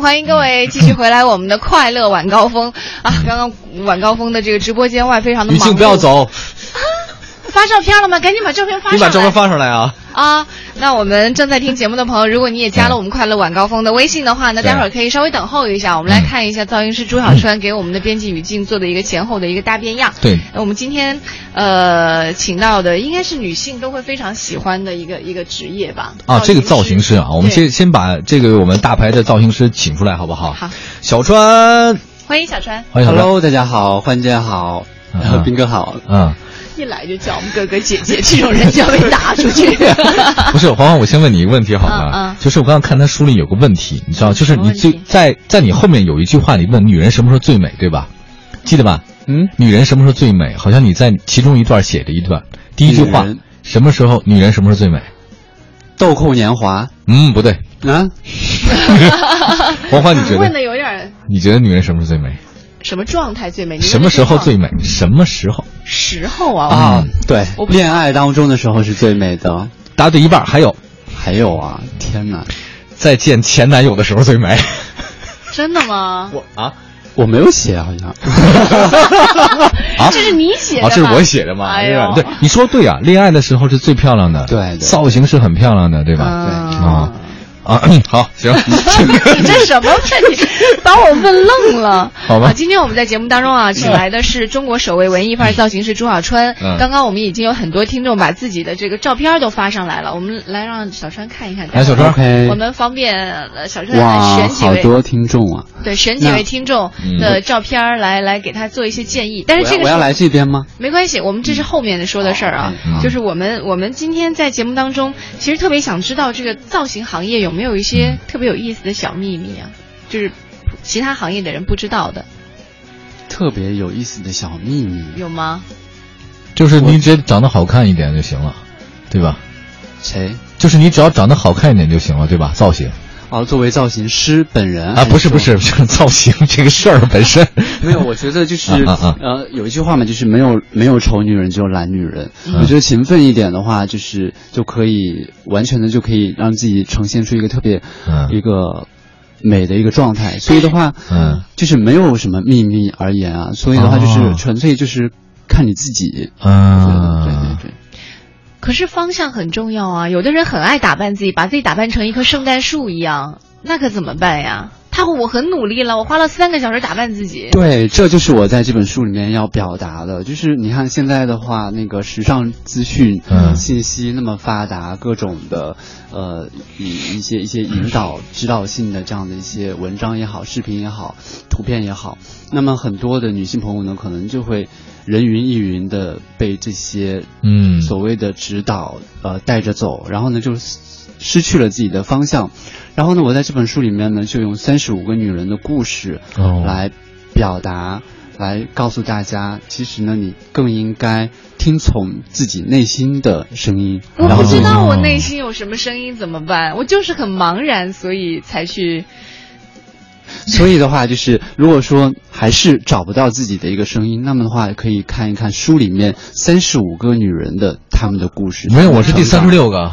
欢迎各位继续回来我们的快乐晚高峰啊！刚刚晚高峰的这个直播间外非常的忙于碌啊静，不要走，发照片了吗？赶紧把照片发上来。你把照片放上来啊！啊，那我们正在听节目的朋友，如果你也加了我们快乐晚高峰的微信的话呢，对待会儿可以稍微等候一下，我们来看一下噪音师朱小川给我们的编辑语境做的一个前后的一个大变样。对呃我们今天呃请到的应该是女性都会非常喜欢的一个一个职业吧？啊，这个造造型师啊，我们对先先把这个我们大牌的造型师请出来好不好？好，小川，欢迎小川，欢迎小川。 Hello，大家好，欢姐好嗯，然后 斌哥好。嗯，一来就叫我们哥哥姐姐，这种人就要被打出 去。不是，黄黄，我先问你一个问题好吗？嗯嗯就是我刚刚看他书里有个问题，你知道，就是什你么最问题在在你后面有一句话，你问女人什么时候最美，对吧？记得吧？嗯，女人什么时候最美？好像你在其中一段写着一段，第一句话女人，什么时候女人什么时候最美？豆蔻年华嗯，不对，啊，黄欢，你 觉问得的有点儿你觉得女人什么时候最美？什么状态最美？你问什么时候这最状美？什么时候？时候啊？啊嗯，对我，不恋爱当中的时候是最美的。答对一半，还有还有啊，天哪，在见前男友的时候最美。真的吗？我 啊我没有写好 像。啊这是你写的啊，吗？这是我写的嘛？哎对吧呦，对，你说对啊，恋爱的时候是最漂亮的，对对造型是很漂亮的，对吧？啊啊， 好， 行，你这什么问 题？把我问愣了。好吧啊今天我们在节目当中啊，请来的是中国首位文艺范儿造型师朱小川。嗯刚刚我们已经有很多听众把自己的这个照片儿都发上来了，我们来让小川看一看。来小川 OK，我们方便呃小川来哇，选几好位。多听众啊！对，选几那位听众的照片儿来来给他做一些建议，但嗯我是这要个我是要来这边吗？没关系，我们这是后面的说的事儿啊嗯好，就是我们我们今天在节目当中，其实特别想知道这个造型行业有没有一些特别有意思的小秘密啊，就是其他行业的人不知道的，特别有意思的小秘密，有吗？就是你只要长得好看一点就行了，对吧？谁？就是你只要长得好看一点就行了，对吧？造型哦，作为造型师本人啊，不是不，是，是造型这个事儿本 身。 没有，我觉得就是啊啊啊呃，有一句话嘛，就是没有没有丑女人，只有懒女人。嗯我觉得勤奋一点的话，就是就可以完全的就可以让自己呈现出一个特别、嗯一个美的一个状态。所以的话，嗯，就是没有什么秘密而言啊。所以的话，哦就是纯粹就是看你自己。嗯对对对，可是方向很重要啊，有的人很爱打扮自己，把自己打扮成一棵圣诞树一样，那可怎么办呀？他我很努力了，我花了三个小时打扮自己，对，这就是我在这本书里面要表达的，就是你看现在的话，那个时尚资讯、嗯信息那么发达，各种的呃一一些一些引导、指导性的这样的一些文章也好、视频也好、图片也好，那么很多的女性朋友呢，可能就会人云亦云的被这些嗯所谓的指导呃带着走，然后呢就失去了自己的方向。然后呢，我在这本书里面呢，就用三十五个女人的故事哦来表达，来告诉大家，其实呢，你更应该听从自己内心的声音。我然后不知呢道我内心有什么声音怎么办，我就是很茫然，所以才去。所以的话，就是如果说还是找不到自己的一个声音，那么的话，可以看一看书里面三十五个女人的她们的故事。没有，我是第三十六六。个，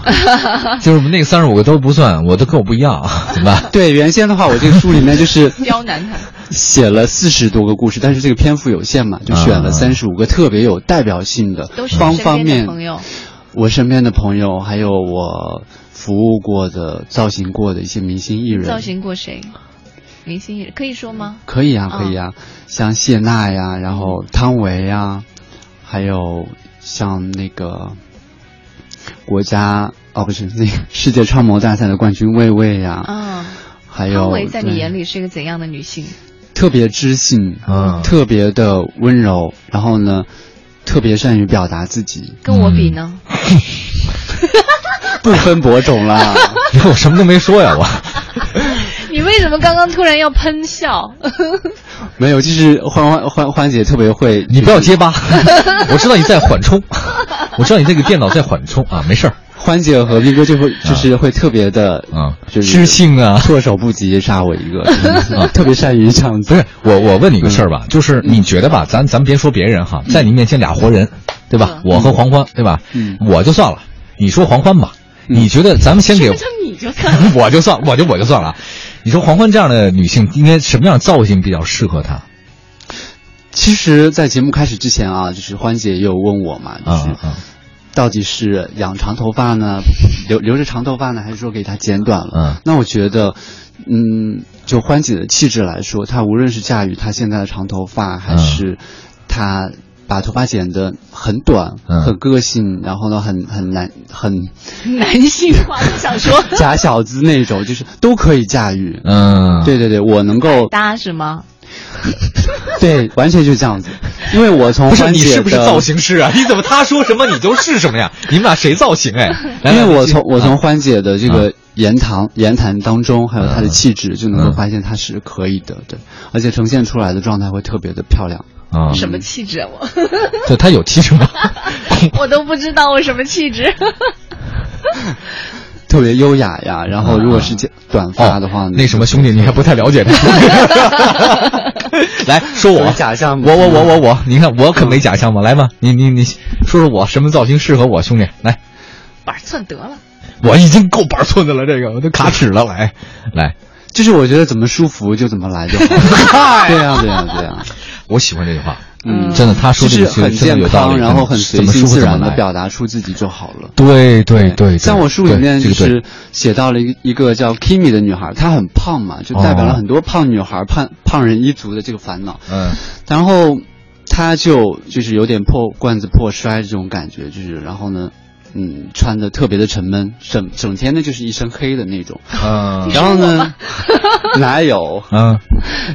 就是那个三十五个都不算，我都跟我不一样， 怎么办？ 对，原先的话，我这个书里面就是刁难他。写了四十多个故事，但是这个篇幅有限嘛，就选啊了三十五个特别有代表性的，都是你方身方边面的朋友。我身边的朋友，还有我服务过的、造型过的一些明星艺人，造型过谁？明星也可以说吗？可以啊，啊可以啊，像谢娜呀，然后汤唯呀，还有像那个国家哦，不是那个世界创模大赛的冠军魏魏呀，啊，还有汤唯在你哎对眼里是一个怎样的女性？特别知性，嗯特别的温柔，然后呢，特别善于表达自己，跟我比呢？不分伯仲啦。 你 看我什么都没说呀，我。你为什么刚刚突然要喷笑？没有，就是欢欢欢欢姐特别会，你不要结巴，我知道你在缓冲，我知道你这个电脑在缓冲啊，没事儿欢姐和斌哥就会就是会特别的啊，就是知性啊。措手不及，杀我 一个，啊特别善于这样子。不是我，我问你个事儿吧，就是你觉得吧，咱咱别说别人哈，在你面前俩活人，对吧？我和黄欢，对吧？嗯我就算了，你说黄欢吧，你觉得咱们先什给 么叫你就算了？我就算，我就我就算了啊。你说黄欢这样的女性，应该什么样的造型比较适合她？其实，在节目开始之前啊，就是欢姐也有问我嘛，就啊是啊啊！到底是养长头发呢，留留着长头发呢，还是说给它剪短了？嗯那我觉得，嗯，就欢姐的气质来说，她无论是驾驭她现在的长头发，还啊是她把头发剪得很短、嗯很个性，然后呢，很很难、很男性化，我想说 假小子那种，就是都可以驾驭。嗯，对对对，我能够搭是吗？对，完全就是 这样子，因为我从不是欢你姐是不是的造型师啊？你怎么他说什么你就是什么呀？你们俩谁造型 哎？来因为来我继续从我从啊欢姐的这个言谈、言谈当中，还有她的气质，就能嗯够发现她是可以的，对，而且呈现出来的状态会特别的漂亮。啊，什么气质啊我？ 对他有气质 吗？我都不知道我什么气质。 特别优雅呀，然后如果是剪短发的话哦呢，啊那什么兄弟，你还不太了解 他。 来说我有假象嗯吗我我我我我，你看我可没假象嘛，来嘛，你你你说说我什么造型适合我兄弟？来，板寸得了，我已经够板寸的了，这个我都卡尺了，来来，就是我觉得怎么舒服就怎么来就 好。对啊呀对呀对呀，我喜欢这句话，嗯真的，他说就这是个其实真很的健有道康，理，然后很怎随么心舒服自怎么然的来。表达出自己就好了。对对对，哎像我书里对面这个就对是写到了一一个叫 Kimi 的女孩，她很胖嘛，就代表了哦很多胖女孩、胖胖人一族的这个烦恼。嗯然后她就就是有点破罐子破摔这种感觉，就是然后呢，嗯，穿的特别的沉闷，整整天呢就是一身黑的那种。嗯然后呢，哪有？嗯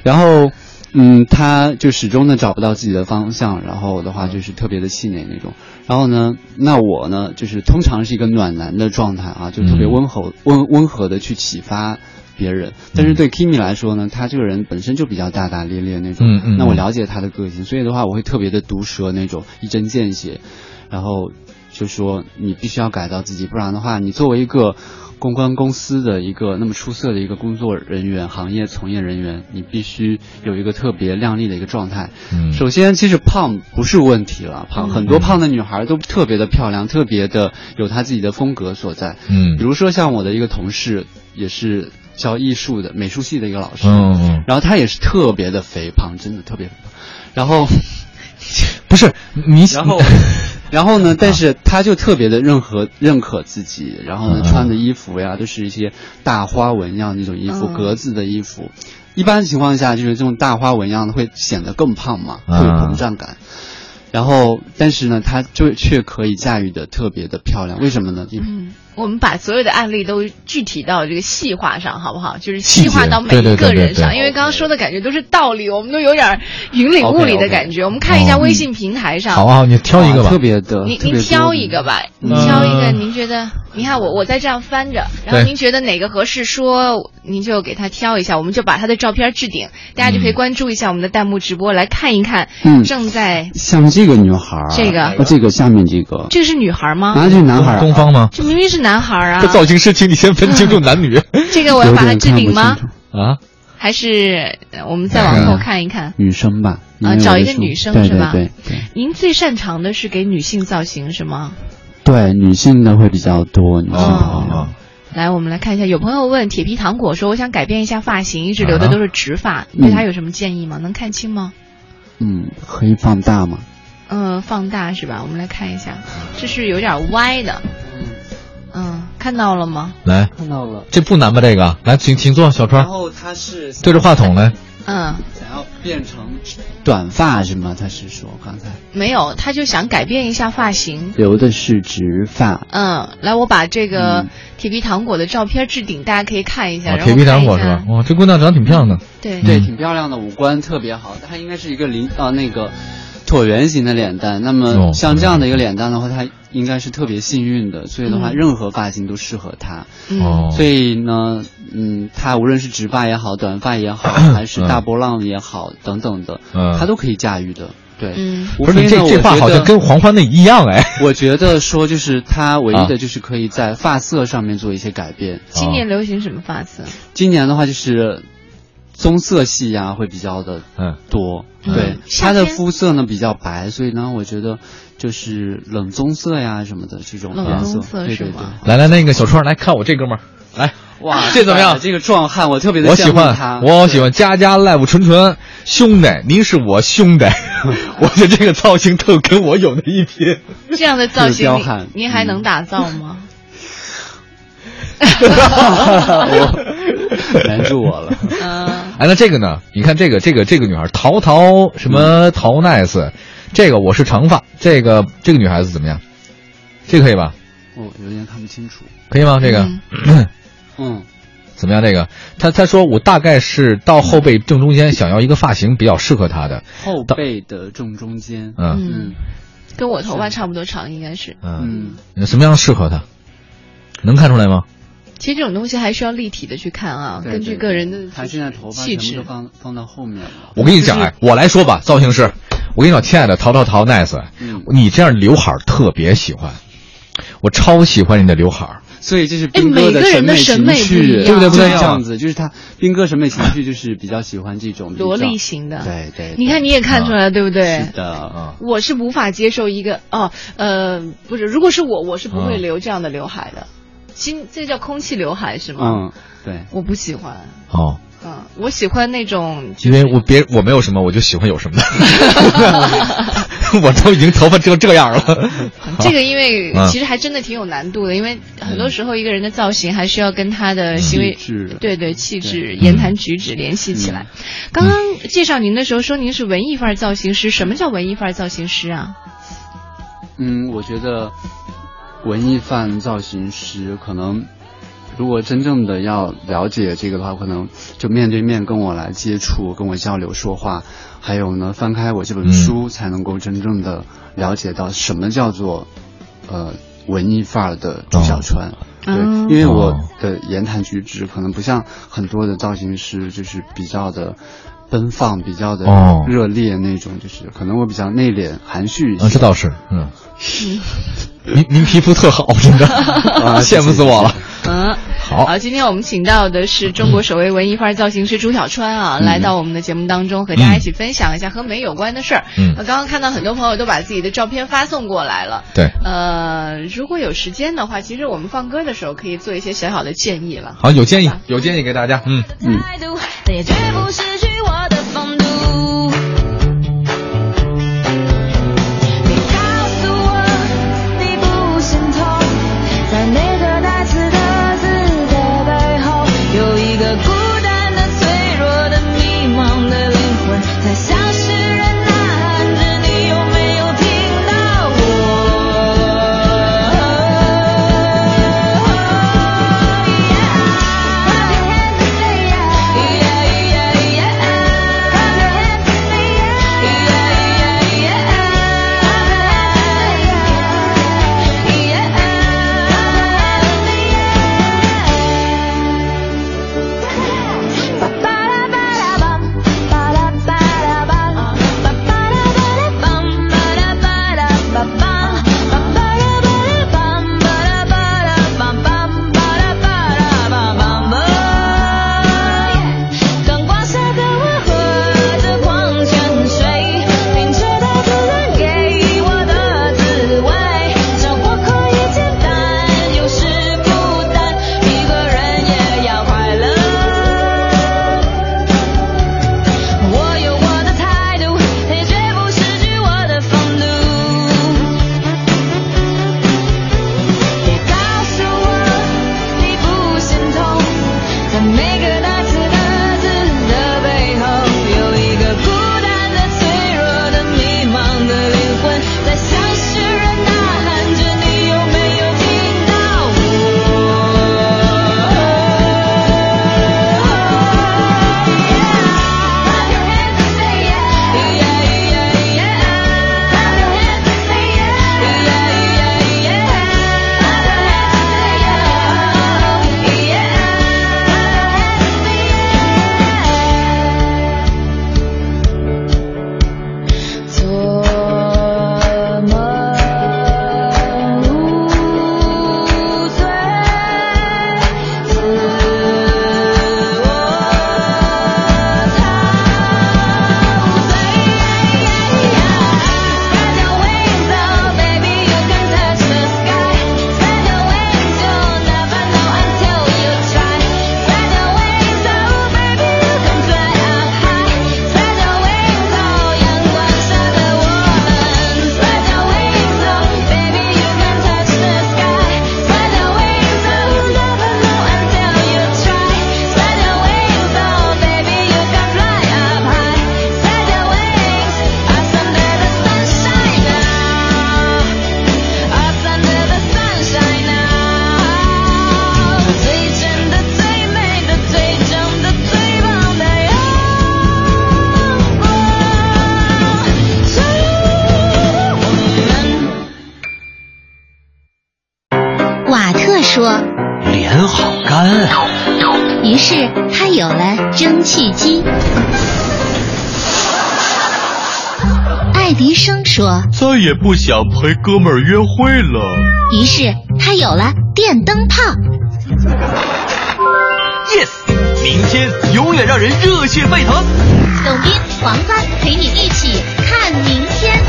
然后，嗯，他就始终的找不到自己的方向，然后的话就是特别的气馁那种。然后呢，那我呢，就是通常是一个暖男的状态啊，就特别嗯温和、温温和的去启发别人。嗯但是对 Kimi 来说呢，他这个人本身就比较大大咧咧那种。嗯嗯那我了解他的个性，所以的话，我会特别的毒舌那种，一针见血，然后就说你必须要改造自己，不然的话，你作为一个公关公司的一个那么出色的一个工作人员、行业从业人员，你必须有一个特别靓丽的一个状态。嗯首先，其实胖不是问题了，胖嗯很多胖的女孩都特别的漂亮，特别的有她自己的风格所在。嗯比如说像我的一个同事，也是教艺术的美术系的一个老师，嗯嗯，然后她也是特别的肥胖，真的特别肥胖。然后，不是你，然后，然后啊呢？但是她就特别的认可认可自己，然后呢，嗯穿的衣服呀都是一些大花纹样那种衣服，嗯格子的衣服。一般情况下，就是这种大花纹样的会显得更胖嘛，会嗯有膨胀感。然后，但是呢，她就却可以驾驭的特别的漂亮，为什么呢？因为嗯，我们把所有的案例都具体到这个细化上，好不好？就是细细化节到每对对一个对对人上，对因为刚刚说的感觉都是道理，我们都有点儿云里雾里的 OK，OK 感觉。我们看一下哦微信平台上，好啊，你挑一个哇吧特。别的，您特您别多挑一个吧，嗯您挑一个，嗯您觉得？你看我我在这样翻着，然后对您觉得哪个合适说，您就给他挑一下，我们就把他的照片置顶，大家就可以嗯关注一下我们的弹幕直播，来看一看嗯正在像这个女孩儿，这个哦这个下面这个，这个是女孩吗？啊，这个男孩儿东方吗？这明明是男孩啊嗯这！造型师，请你先分清楚男女这个我要有把它点置看不顶清吗？楚，啊。还是呃我们再往后看一嗯看？女生吧，因啊为找我的一个书女生对是吧对对对您最擅长的是给女性造型是吗？对，女性的会比较多，女性哦朋友。来，我们来看一下，有朋友问铁皮糖果说：“我想改变一下发型，一直留的啊都是直发，你对他有什么建议吗？能看清吗？”嗯，可以放大吗？嗯，放大是吧？我们来看一下，嗯这是有点歪的。嗯，看到了吗？来，看到了。这不难吧？这个，来，请请坐，小然川，后她是对着话筒来。嗯，想要变成短发是吗？她是说刚才没有，他就想改变一下发型。留的是直发。嗯，来，我把这个嗯铁皮糖果的照片置顶，大家可以看一下。哦，然后铁皮糖果看一是下吧？？哇，这姑娘长得挺漂亮的。对，对，嗯挺漂亮的，五官特别好。她应该是一个菱呃那个椭圆形的脸蛋。那哦么像这样的一个脸蛋的话，她应该是特别幸运的。所以的话，嗯任何发型都适合她。嗯，哦，所以呢，嗯，她无论是直发也好，短发也好，还是大波浪也好，等等的，嗯她都可以驾驭的。对，嗯无不是非你这呢这话好像。跟黄欢那一样哎。我觉得我觉得说，就是她唯一啊的就是可以在发色上面做一些改变。今年流行什么发色？今年的话，就是棕色系呀、会比较的嗯，多。嗯对，夏她的天肤色呢比较白，所以呢，我觉得就是冷棕色呀什么的这种冷颜棕色，色对是对吗对。来来，那个小川，来看我这哥们儿，来，哇，这怎么样这个壮汉，我特别的我喜他欢，，我喜欢家家 live 纯纯兄弟，您是我兄弟，我觉得这个造型特跟我有的一拼。这样的造就是彪型悍你，您还能打造吗？我难住我了。嗯，哎，那这个呢？你看这个这个这个女孩淘淘什么淘 nice，这个我是长发，这个这个女孩子怎么样？这个可以吧？我有点看不清楚。可以吗？这个、嗯嗯， 怎么样？这个她她说我大概是到后背正中间，想要一个发型比较适合她的。后背的正中间。嗯嗯，跟我头发差不多长，应该是。嗯，嗯，什么样适合她？能看出来吗？其实这种东西还需要立体的去看啊，对根据对个人的他现在头发气全质部都放放到后面了。我跟你讲，哎，我来说吧，造型师，我跟你讲，亲爱的淘淘淘 nice，嗯你这样刘海儿特别喜欢，我超喜欢你的刘海儿。所以这是哎斌哥每个人审的美审情美不一趣，样啊对对不对这样子就是他斌哥审美情趣就是比较喜欢这种比较萝莉型的。对对，对你看你也看出来了，对不对？是的，啊，我是无法接受一个哦，呃，不是，如果是我，我是不会嗯留这样的刘海的。新，这叫空气刘海是吗？嗯，对，我不喜欢，哦，嗯，我喜欢那种因为我别我没有什么，我就喜欢有什么 的。我都已经头发遮这样 了，这个因为嗯其实还真的挺有难度的，因为很多时候一个人的造型还需要跟他的行为嗯气、质对对气质、对嗯言谈举止联系起来。刚刚介绍您的时候说您是文艺范儿造型师，什么叫文艺范儿造型师啊？嗯，我觉得文艺范造型师可能。如果真正的要了解这个的话，可能就面对面跟我来接触、跟我交流、说话，还有呢，翻开我这本书，才能够真正的了解到什么叫做，呃，文艺范儿的朱小川。对，哦因为我哦的言谈举止可能不像很多的造型师，就是比较的奔放、比较的哦热烈那种，就是可能我比较内敛、含蓄一些。啊，这倒是，嗯，您您皮肤特好，真的， 羡慕死我了。嗯，好今天我们请到的是中国首位文艺范儿造型师朱小川啊，嗯来到我们的节目当中，和大家一起分享一下和美有关的事儿。嗯那刚刚看到很多朋友都把自己的照片发送过来了。对，呃，如果有时间的话，其实我们放歌的时候可以做一些小小的建议了。好，有建议，有建议给大家，嗯。态度，但也绝不失去我的风度。别告诉我你不心痛，在每个带刺的字的背后，有一个孤单的、脆弱的、迷茫的灵魂，在向世人呐喊着，你有没有听到我？Yeah, yeah, yeah. Oh, 人好干啊！于是他有了蒸汽机。爱迪生说再也不想陪哥们儿约会了。：“于是他有了电灯泡。 Yes，明天永远让人热血沸腾。”董斌、黄欢陪你一起看明天。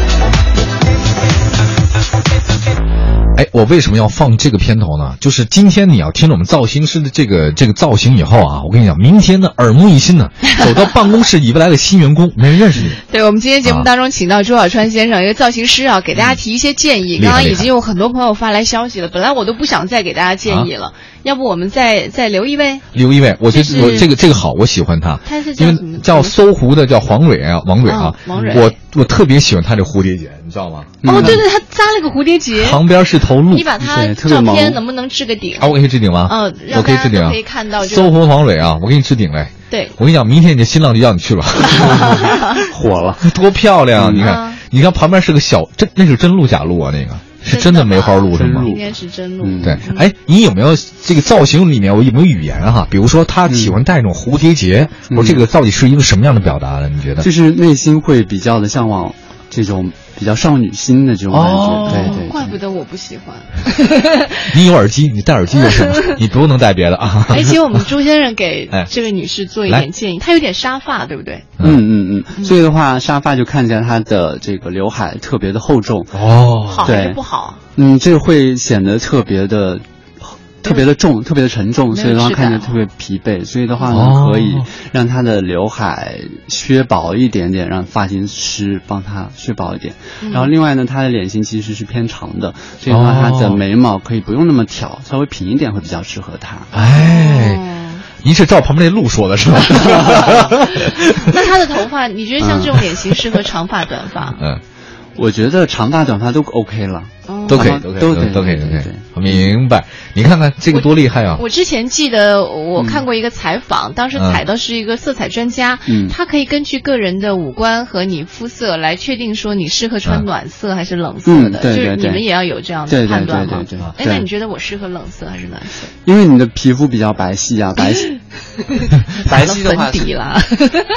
哎，我为什么要放这个片头呢？就是今天你要听了我们造型师的这个这个造型以后啊，我跟你讲，明天呢耳目一新呢，走到办公室以为来了新员工，没人认识你。对，我们今天啊节目当中请到周小川先生，一个造型师啊，给大家提一些建议。嗯厉害刚刚厉已害经有很多朋友发来消息了，本来我都不想再给大家建议了，啊要不我们再再留一位？刘一位，我觉就得是我这个这个好，我喜欢他，他是叫因什为么叫搜狐的叫黄蕊啊，王蕊啊哦，王蕊我我特别喜欢他这蝴蝶结，你知道吗？哦，对对，他扎了个蝴蝶结，旁边是头鹿你，把他对特照别片萌能不能置个顶？啊，我给你置顶吗？嗯让我可以大家置顶都啊，可以看到这个搜狐黄蕊啊，我给你置顶嘞。对，我跟你讲，明天你的新浪就要你去 了，火了。 多漂亮啊！你看嗯，你看旁边是个小，真那是真鹿假鹿啊，那个是真真的的梅花鹿是真吗鹿？今天是真露。嗯对，哎，你有没有这个造型里面我有没有语言啊哈？比如说他喜欢戴那种蝴蝶结，嗯我这个到底是一个什么样的表达呢？你觉嗯得？就是内心会比较的向往这种比较少女心的这种感觉，哦对对对，怪不得我不喜 欢。你有耳机，你戴耳机就行 了，你不用能戴别的啊。哎，其实我们朱先生给 哎这个女士做一来点建议，她有点沙发，对不对？嗯嗯嗯，所以的话，沙发就看起来她的这个刘海特别的厚重， 哦，好还是对不好？嗯，这会显得特别的。特别的重，特别的沉重，所以的话质感看着特别疲惫，所以的话呢，哦可以让她的刘海削薄一点点，让发型师帮她削薄一点。嗯然后另外呢，她的脸型其实是偏长的，所以的话，嗯她的哦眉毛可以不用那么挑，稍微平一点会比较适合她。哦哎，哦您是照旁边那鹿说的是吧？ 那她的头发，你觉得像这种脸型适合长发、短 发？嗯，我觉得长发短发都 OK 了。嗯都可以，好都可以，哦都都可以，都可以对对对，明白。你看看这个多厉害啊！我之前记得我看过一个采访，当时嗯采的是一个色彩专家，嗯他可以根据个人的五官和你肤色来确定说你适合穿嗯暖色还是冷色的，啊嗯对就是对你对们也要有这样对的对判断对嘛。对对哎，对那你觉得我适合冷色还是暖色？因为你的皮肤比较白皙啊，白 皙，白皙的打了话粉底啦， 啊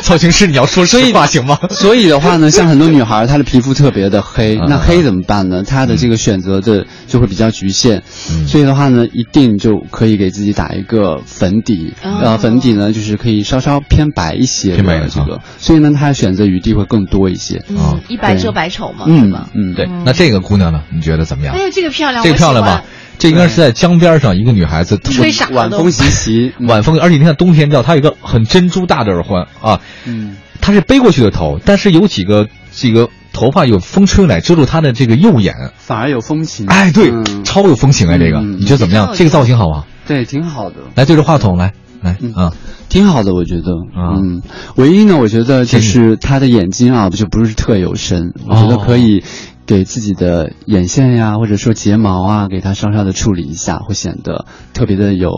造型师，你要说实话行吗？所以的话呢，像很多女孩儿，她的皮肤特别的黑，嗯那黑怎么办呢？她的这个选择的就会比较局限，嗯所以的话呢，一定就可以给自己打一个粉底，哦呃，粉底呢就是可以稍稍偏白一些偏白的一些啊这个，所以呢，她选择余地会更多一些。嗯，一白遮百丑嘛，对哦嗯吧？嗯，对，那这个姑娘呢？你觉得怎么样哎？呦，这个漂亮，这个漂亮我喜吧欢？？这应该是在江边上一个女孩子，吹傻了晚都风习习，嗯晚风，而且你看冬天，你知道她有一个很珍珠大的耳环啊，嗯，她是背过去的头，但是有几个几个头发有风吹来遮住她的这个右眼，反而有风情。哎，对，嗯超有风情哎，这个嗯你觉得怎么样？这个造型好吗？对，挺好的。来对着话筒来来嗯啊，挺好的，我觉得。啊嗯，唯一呢，我觉得就是他的眼睛啊，就不是特有神，哦我觉得可以给自己的眼线呀，或者说睫毛啊，给它稍稍的处理一下，会显得特别的有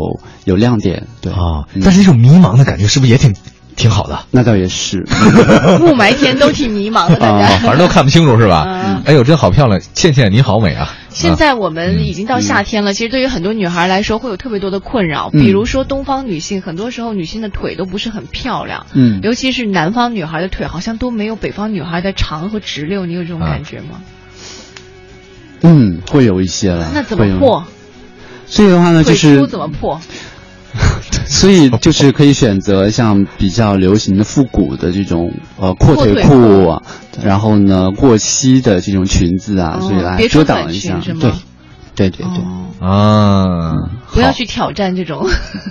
有亮点。对啊嗯，但是这种迷茫的感觉是不是也挺挺好的？那倒 也是。雾霾天都挺迷茫的，大啊，家。反正都看不清楚是哦吧嗯？哎呦，真好漂亮！倩倩你好美啊！现在我们已经到嗯夏天了，其实对于很多女孩来说会有特别多的困扰，嗯比如说东方女性，很多时候女性的腿都不是很漂亮，嗯，尤其是南方女孩的腿好像都没有北方女孩的长和直溜，你有这种啊感觉吗？嗯，会有一些了。那怎会有么？破？所以的话呢，就腿是粗怎么破？ 所以就是可以选择像比较流行的复古的这种呃阔腿阔腿裤，啊，然后呢过膝的这种裙子啊，哦所以来别遮穿挡短一下裙是。吗对，对对对，哦，嗯啊，不要好去挑战这种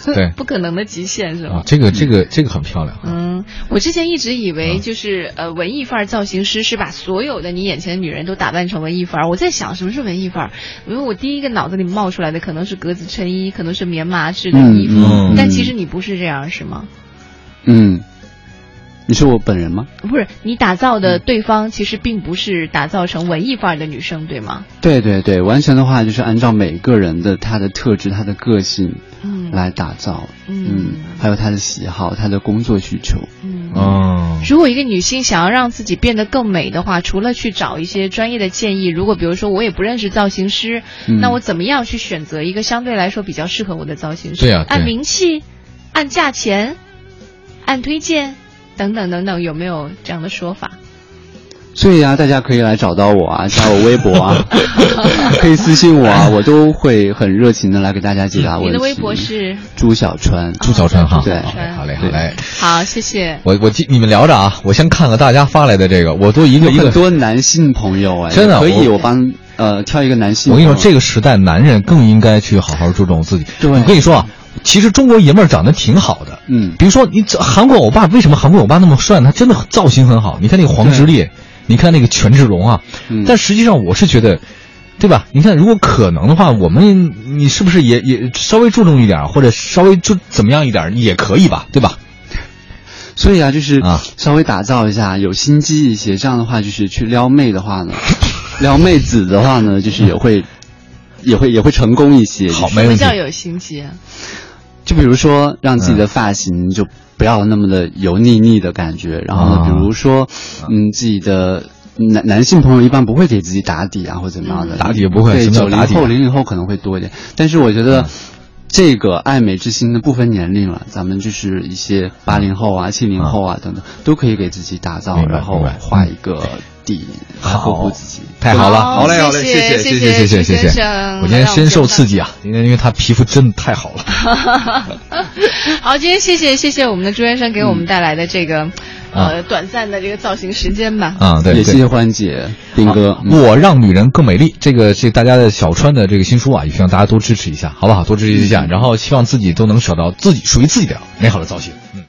对 不可能的极限，是吧啊，？这个这个这个很漂亮。啊嗯，我之前一直以为就是、呃文艺范儿造型师是把所有的你眼前的女人都打扮成文艺范儿。我在想什么是文艺范儿，因为我第一个脑子里冒出来的可能是格子衬衣，可能是棉麻质的衣服，嗯嗯但其实你不是这样是吗？嗯，你是我本人吗？不是，你打造的对方其实并不是打造成文艺范儿的女生，对吗？对对对，完全的话就是按照每个人的他的特质、他的个性嗯来打造，嗯还有他的喜好、他的工作需求，嗯，嗯，如果一个女性想要让自己变得更美的话，除了去找一些专业的建议，如果比如说我也不认识造型师，嗯那我怎么样去选择一个相对来说比较适合我的造型师？对啊对按名气，按价钱，按推荐，等等等等，有没有这样的说法？所以啊，大家可以来找到我啊，加我微博 啊，可以私信我啊，我都会很热情的来给大家解答问题。你的微博是啊朱小川，朱小川哈，朱小对川好嘞，好嘞，好嘞。好，谢谢。我我记你们聊着啊，我先看看大家发来的这个，我都一个有一个很多男性朋友哎，真的可以，我我帮呃挑一个男性我朋跟你说，友。这个时代男人更应该去好好注重自己。对我跟你说啊，其实中国爷们儿长得挺好的。嗯，比如说，你这韩国欧巴为什么韩国欧巴那么帅呢？他真的造型很好。你看那个黄致列，你看那个权志龙啊。嗯但实际上，我是觉得，对吧？你看，如果可能的话，我们你是不是也也稍微注重一点儿，或者稍微就怎么样一点儿也可以吧？对吧？所以啊，就是啊稍微打造一下，有心机一些。这样的话，就是去撩妹的 话呢，撩妹子的话呢，就是也会，也会也会成功一 些。好，就是什没么问题叫。有心机啊？ 就比如说让自己嗯的发型就不要那么的油腻腻的感觉，然后呢，啊比如说，嗯，自己的。男男性朋友一般不会给自己打底啊，或者怎么样的。打底不会对什么叫九零打底啊嗯后、零零后可能会多一点，但是我觉得这个爱美之心呢，不分年龄了，咱们就是一些八零后啊、七零后啊等等，都可以给自己打造，明白然后明白画一个底，来好呵护自己。太好了，好好嘞，谢好嘞，谢谢谢谢谢谢谢朱谢先谢生。我今天让我们深受见刺激啊，因为因为他皮肤真的太好了。好，今天谢谢谢谢我们的朱先生给我们带来的这个、呃短暂的这个造型时间吧。啊，对，也对谢谢欢姐、斌哥。嗯我让女人更美丽，这个是大家的小川的这个新书啊，也希望大家多支持一下，好不好？多支持一下，然后希望自己都能找到自己属于自己的美好的造型。嗯。